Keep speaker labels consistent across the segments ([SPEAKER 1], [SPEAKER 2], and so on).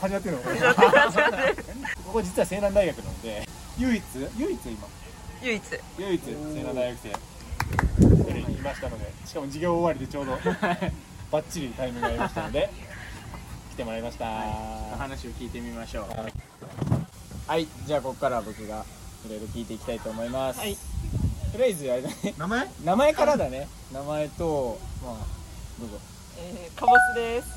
[SPEAKER 1] 始まってる のこれここ実は西南大学なので唯一唯一今
[SPEAKER 2] 唯一
[SPEAKER 1] 唯一西南大学生にいましたのでしかも授業終わりでち ょうどバッチリタイムが合いましたので来てもらいました、
[SPEAKER 3] 話を聞いてみましょうはいじゃあここからは僕がいろいろ聞いていきたいと思います、
[SPEAKER 2] はい
[SPEAKER 3] とりあえずあれだね
[SPEAKER 1] 名前
[SPEAKER 3] 名前からだね名前とまあどうぞ
[SPEAKER 2] えー、カボスです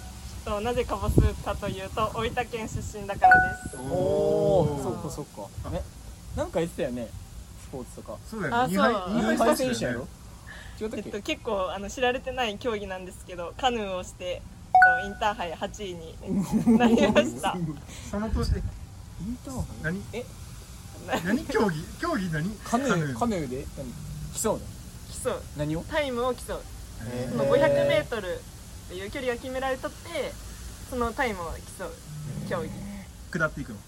[SPEAKER 2] となぜカボスかというと大分県出身だからです
[SPEAKER 3] お
[SPEAKER 1] ー
[SPEAKER 3] そっかそっかねなんか言ってたよねスポーツとか
[SPEAKER 1] そうだ
[SPEAKER 2] あ
[SPEAKER 1] 二杯
[SPEAKER 2] そう
[SPEAKER 1] 二
[SPEAKER 3] 日
[SPEAKER 1] 杯して
[SPEAKER 3] 本選
[SPEAKER 1] る
[SPEAKER 3] 手やろ違った
[SPEAKER 2] え
[SPEAKER 3] っ
[SPEAKER 2] っ
[SPEAKER 3] け、
[SPEAKER 2] と、結構あの知られてない競技なんですけどカヌーをしてえっとインターハイ8位 になりました
[SPEAKER 4] その年で
[SPEAKER 3] インターハイ
[SPEAKER 4] 何
[SPEAKER 3] え
[SPEAKER 4] 何競技 競技何
[SPEAKER 3] カヌーカ
[SPEAKER 4] カ
[SPEAKER 3] ヌーで何競うの
[SPEAKER 2] 競う
[SPEAKER 3] 何を
[SPEAKER 2] タイムを競う
[SPEAKER 3] え
[SPEAKER 2] その
[SPEAKER 3] ー
[SPEAKER 2] 500m っていう距離が決められとってそのタイムを競う競技い
[SPEAKER 4] 下っていくの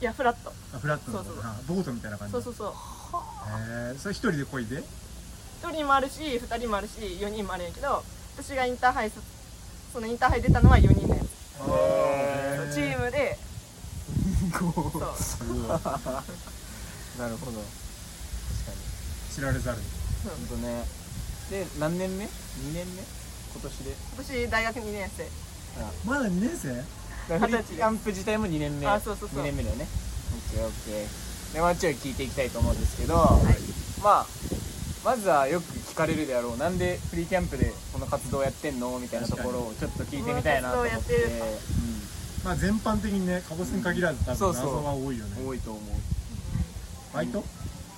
[SPEAKER 2] やフラット
[SPEAKER 4] あフラットの
[SPEAKER 2] そうそう
[SPEAKER 4] あボートみたいな感じ
[SPEAKER 2] そうそうそう
[SPEAKER 4] へーそれ一人で漕いで
[SPEAKER 2] 1人もあるし2人もあるし4人もあるんやけど私がインターハイそそのインターハイ出たのは4人のやつそうチームでそう
[SPEAKER 3] なるほど
[SPEAKER 4] 知られざる
[SPEAKER 3] ほんとねで何年目 ?2 年目今年で
[SPEAKER 2] 私大学2年生
[SPEAKER 4] まだ2年生
[SPEAKER 3] だか
[SPEAKER 2] 二
[SPEAKER 3] らフ
[SPEAKER 2] 十歳
[SPEAKER 3] リーアンプ自体も2年目
[SPEAKER 2] あそうそうそう
[SPEAKER 3] 2年目だよねオッケーオッケーでまあちょい聞いていきたいと思うんですけど、まあまずはよく聞かれるであろうなんでフリーキャンプでこの活動やってんのみたいなところをちょっと聞いてみたいなと思っ
[SPEAKER 2] この活
[SPEAKER 3] て
[SPEAKER 2] 動やってる
[SPEAKER 4] まあ全般的にねカボスに限らず多
[SPEAKER 3] そう
[SPEAKER 4] 分
[SPEAKER 3] そう
[SPEAKER 4] 謎は多いよね
[SPEAKER 3] うん、多いと思う
[SPEAKER 4] バイト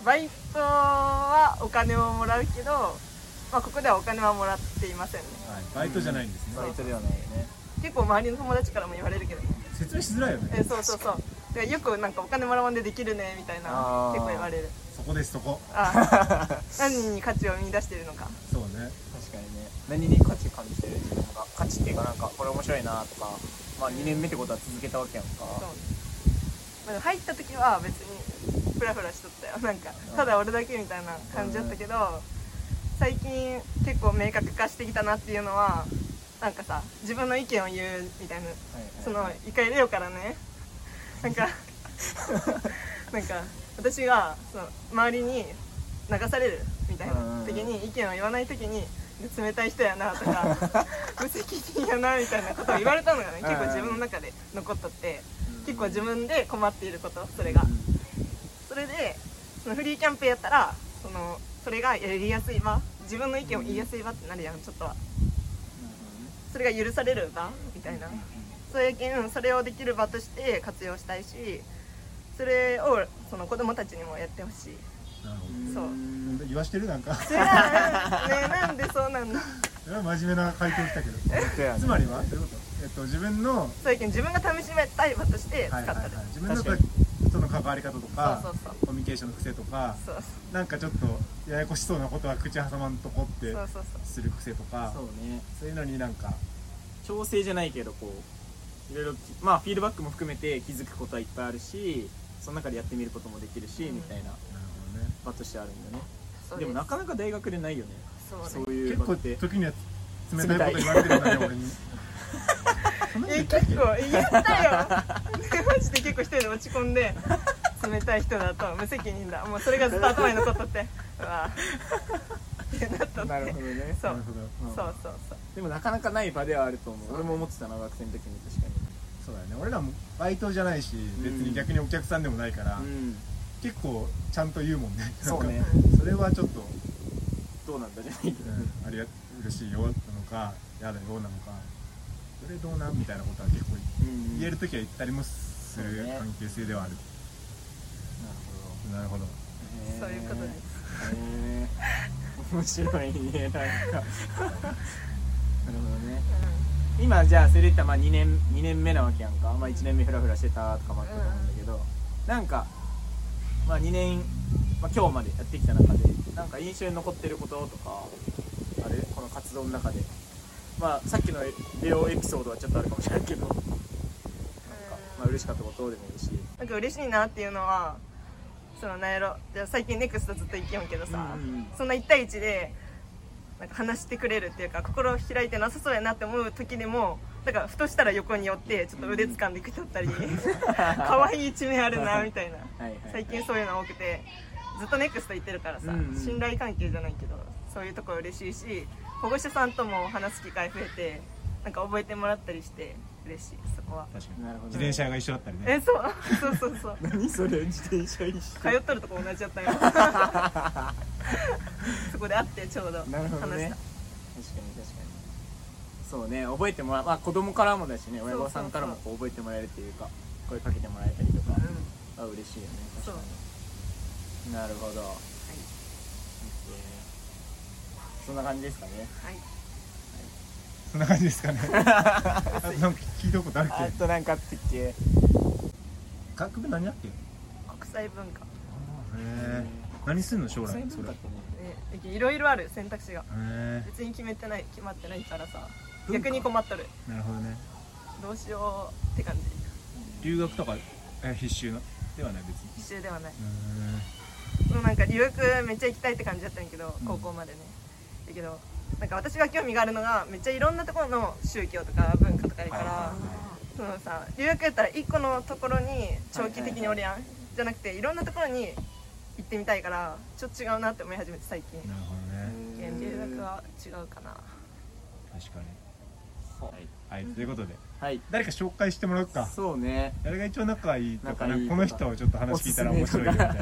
[SPEAKER 2] バイトはお金をもらうけど、まあ、ここではお金はもらっていませんね
[SPEAKER 4] バイトじゃないんですね
[SPEAKER 3] バイトではないよね
[SPEAKER 2] 結構周りの友達からも言われるけどね
[SPEAKER 4] 説明しづらいよ
[SPEAKER 2] え
[SPEAKER 4] ね
[SPEAKER 2] そうそうそうでよくなんかお金もらわんでできるねみたいな
[SPEAKER 3] あー
[SPEAKER 2] 結構言われる
[SPEAKER 4] そこですそこ
[SPEAKER 2] あ あ何に価値を見出してるのか
[SPEAKER 4] そうね
[SPEAKER 3] 確かにね何に価値感じてる自分が価値っていうかなんかこれ面白いなとかまあ2年目ってことは続けたわけやんか
[SPEAKER 2] そう、まあ、でも入った時は別にフラフラしとったよなんかただ俺だけみたいな感じだったけど最近結構明確化してきたなっていうのはなんかさ自分の意見を言うみたいな
[SPEAKER 3] はいはい
[SPEAKER 2] その一回レオからねなん かなんか私がその周りに流されるみたいな
[SPEAKER 3] うんうんうん
[SPEAKER 2] 時に意見を言わない時にで冷たい人やなと か無責任やなみたいなことを言われたのがね結構自分の中で残っとって結構自分で困っていることそれがそれでそのフリーキャンプやったらそのそれがやりやすい場自分の意見を言いやすい場ってなるやんちょっとはそれが許される場みたいなそういうけんそれをできる場として活用したいしそれをその子供たちにもやってほしい
[SPEAKER 4] なるほ
[SPEAKER 2] そう
[SPEAKER 4] ど言わしてるなんか
[SPEAKER 2] それはねなんでそうなんの
[SPEAKER 4] それは真面目な回答来たけど
[SPEAKER 3] そうやね
[SPEAKER 4] つまりはどういうことえっと自分の
[SPEAKER 2] そういうけん自分が試しめたい場として使
[SPEAKER 4] は
[SPEAKER 2] っ
[SPEAKER 4] いはいは
[SPEAKER 2] た
[SPEAKER 4] い
[SPEAKER 2] で、
[SPEAKER 4] 自分の
[SPEAKER 3] 確
[SPEAKER 4] との関わり方とか
[SPEAKER 2] そうそう
[SPEAKER 4] コミュニケーションの癖とか
[SPEAKER 2] そう
[SPEAKER 4] なんかちょっとややこしそうなことは口挟まんとこって
[SPEAKER 2] そうそうそう
[SPEAKER 4] する癖とか
[SPEAKER 3] そうね
[SPEAKER 4] そういうのになんか
[SPEAKER 3] 調整じゃないけどこういろいろきまあフィードバックも含めて気づくことはいっぱいあるしその中でやってみることもできるし、
[SPEAKER 2] うん
[SPEAKER 3] みたいな
[SPEAKER 4] なるほどね
[SPEAKER 3] 場としてあるんだね
[SPEAKER 2] そう
[SPEAKER 3] でもな
[SPEAKER 2] す
[SPEAKER 3] かなか大学でないよね
[SPEAKER 2] そうね
[SPEAKER 3] そういう
[SPEAKER 4] 結
[SPEAKER 3] 場
[SPEAKER 4] 構
[SPEAKER 3] って
[SPEAKER 4] 時には冷たいこと言われてるんだね俺 にそんなこと
[SPEAKER 2] え
[SPEAKER 4] 言ったっけ
[SPEAKER 2] 結構言ったよ マジで結構一人で落ち込んで冷たい人だと無責任だもうそれがずっと頭に残っとってう わってなっとって
[SPEAKER 3] なるほどね
[SPEAKER 2] そ
[SPEAKER 4] なる
[SPEAKER 2] う
[SPEAKER 4] ほど
[SPEAKER 3] うん
[SPEAKER 2] そうそうそう
[SPEAKER 3] でもなかなかない場ではあると思う俺も思ってたな学生の時に確か
[SPEAKER 4] そうだよね俺らもバイトじゃないし別に逆にお客さんでもないから
[SPEAKER 3] にうん
[SPEAKER 4] 結構ちゃんと言うもんねなんか
[SPEAKER 3] そうね
[SPEAKER 4] それはちょっと
[SPEAKER 3] どうなんだじゃないけど
[SPEAKER 4] うんありが嬉しいよなのかやだよなのかそれどうなんみたいなことは結構
[SPEAKER 3] うん
[SPEAKER 4] 言える
[SPEAKER 3] なる
[SPEAKER 4] 時は言ったりもす
[SPEAKER 3] そう
[SPEAKER 4] る
[SPEAKER 3] ね
[SPEAKER 4] 関係性ではある
[SPEAKER 3] ほど
[SPEAKER 4] なるほど
[SPEAKER 2] そういうことです
[SPEAKER 3] へー面白いねなんかなるほどね今じゃあそれで言ったらまあ2年二年目なわけやんか、まあ、1年目フラフラしてたとかもあったと思うんだけど、なんか、まあ、2年、まあ、今日までやってきた中でなんか印象に残ってることとかあれこの活動の中でまあさっきのレオエピソードはちょっとあるかもしれないけどなんか、まあ嬉しかったことでもいいし
[SPEAKER 2] なんか嬉しいなっていうのはそのなんやろじゃあ最近ネクストずっと行きよんけどさ、
[SPEAKER 3] うんうん
[SPEAKER 2] そんな1対1でなんか話してくれるっていうか心を開いてなさそうやなって思う時でもだからふとしたら横に寄ってちょっと腕掴んでくとったり可愛い一面あるなみたいな
[SPEAKER 3] はいはい
[SPEAKER 2] 最近そういうの多くてずっとネクスト行ってるからさ、
[SPEAKER 3] うんうん
[SPEAKER 2] 信頼関係じゃないけどそういうとこ嬉しいし保護者さんとも話す機会増えてなんか覚えてもらったりして嬉しいそこは。
[SPEAKER 4] 確かに
[SPEAKER 3] なるほど
[SPEAKER 4] 自転車が一緒だったりね
[SPEAKER 2] えそうそうそうそう
[SPEAKER 3] 何それ自転車一緒
[SPEAKER 2] 通っとるとこ同じや ったよそこで会ってちょうど
[SPEAKER 3] な
[SPEAKER 2] 話
[SPEAKER 3] るほ
[SPEAKER 2] し
[SPEAKER 3] ど
[SPEAKER 2] た、
[SPEAKER 3] ね確かに確かにそうね覚えてもらう、まあ、子供からもだしね
[SPEAKER 2] そう
[SPEAKER 3] 親御さんからもこう覚えてもらえるっていうか声かけてもらえたりとか
[SPEAKER 2] う
[SPEAKER 3] は嬉しいよね
[SPEAKER 2] そう
[SPEAKER 3] 確かになるほど、そんな感じですかね
[SPEAKER 2] んはい
[SPEAKER 4] そんな感じですか ねあなんか聞いたことある
[SPEAKER 3] あ
[SPEAKER 4] っけ
[SPEAKER 3] となんかあったっけ
[SPEAKER 4] 学部何だっけへ
[SPEAKER 2] 国際文化
[SPEAKER 4] え何するの将来
[SPEAKER 3] 国
[SPEAKER 4] そ
[SPEAKER 3] 際文
[SPEAKER 4] れへ
[SPEAKER 3] 化ってね
[SPEAKER 2] ねいろいろある選択肢が
[SPEAKER 4] え
[SPEAKER 2] 別に決めてない決まってないからさ
[SPEAKER 4] 文化
[SPEAKER 2] 逆に困っとる
[SPEAKER 4] なるほどね
[SPEAKER 2] どうしようって感じ
[SPEAKER 4] 留学とかえ必修のではない別に
[SPEAKER 2] 必修ではない
[SPEAKER 4] へ
[SPEAKER 2] もうなんか留学めっちゃ行きたいって感じだったんやけど
[SPEAKER 4] うん
[SPEAKER 2] 高校までねだけどなんか私が興味があるのがめっちゃいろんなところの宗教とか文化とかやからそのさ留学やったら1個のところに長期的におるやん、じゃなくていろんなところに行ってみたいからちょっと違うなって思い始めて最近
[SPEAKER 4] えなるほどね
[SPEAKER 2] 留学は違うかな
[SPEAKER 4] 確かに
[SPEAKER 3] はい
[SPEAKER 4] はいということで
[SPEAKER 3] はい
[SPEAKER 4] 誰か紹介してもらうか
[SPEAKER 3] そうね
[SPEAKER 4] 誰が一応仲いいとか
[SPEAKER 3] 仲いい
[SPEAKER 4] この人をちょっと話聞いたら面白いよみたいな
[SPEAKER 2] お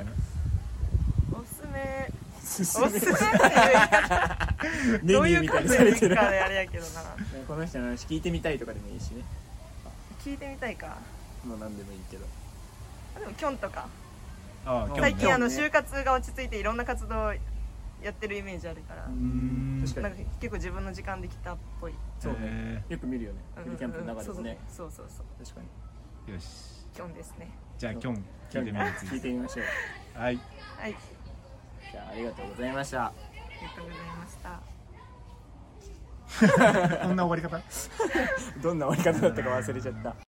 [SPEAKER 2] すすめ
[SPEAKER 3] おすす
[SPEAKER 2] おすすめっていう
[SPEAKER 3] メニ
[SPEAKER 2] どうい
[SPEAKER 3] ュ
[SPEAKER 2] う
[SPEAKER 3] ーみた
[SPEAKER 2] 感
[SPEAKER 3] いに
[SPEAKER 2] じ
[SPEAKER 3] されて
[SPEAKER 2] で
[SPEAKER 3] る
[SPEAKER 2] かであれやけどな
[SPEAKER 3] この人の話聞いてみたいとかでもいいしね
[SPEAKER 2] 聞いてみたいか
[SPEAKER 3] もう何でもいいけど
[SPEAKER 2] あでもキョンとか
[SPEAKER 4] ああ
[SPEAKER 3] キョン
[SPEAKER 2] 最近あの
[SPEAKER 3] キョンね
[SPEAKER 2] 就活が落ち着いていろんな活動やってるイメージあるから、
[SPEAKER 4] ん
[SPEAKER 3] 確か
[SPEAKER 2] なん
[SPEAKER 3] に
[SPEAKER 2] か結構自分の時間できたっぽい、
[SPEAKER 3] そうね
[SPEAKER 4] へ
[SPEAKER 3] よく見るよね
[SPEAKER 2] うん
[SPEAKER 3] フリーキャンプの中でもね
[SPEAKER 2] そうそうそう
[SPEAKER 3] 確かに
[SPEAKER 4] えよし
[SPEAKER 2] キョンですね
[SPEAKER 4] じゃあキョン聞いてみる
[SPEAKER 3] 聞いてみましょう
[SPEAKER 4] はい
[SPEAKER 2] はい
[SPEAKER 3] じゃあありがとうござい ました
[SPEAKER 2] ありがとうございました
[SPEAKER 4] こんな終わり方
[SPEAKER 3] どんな終わり方だったか忘れちゃった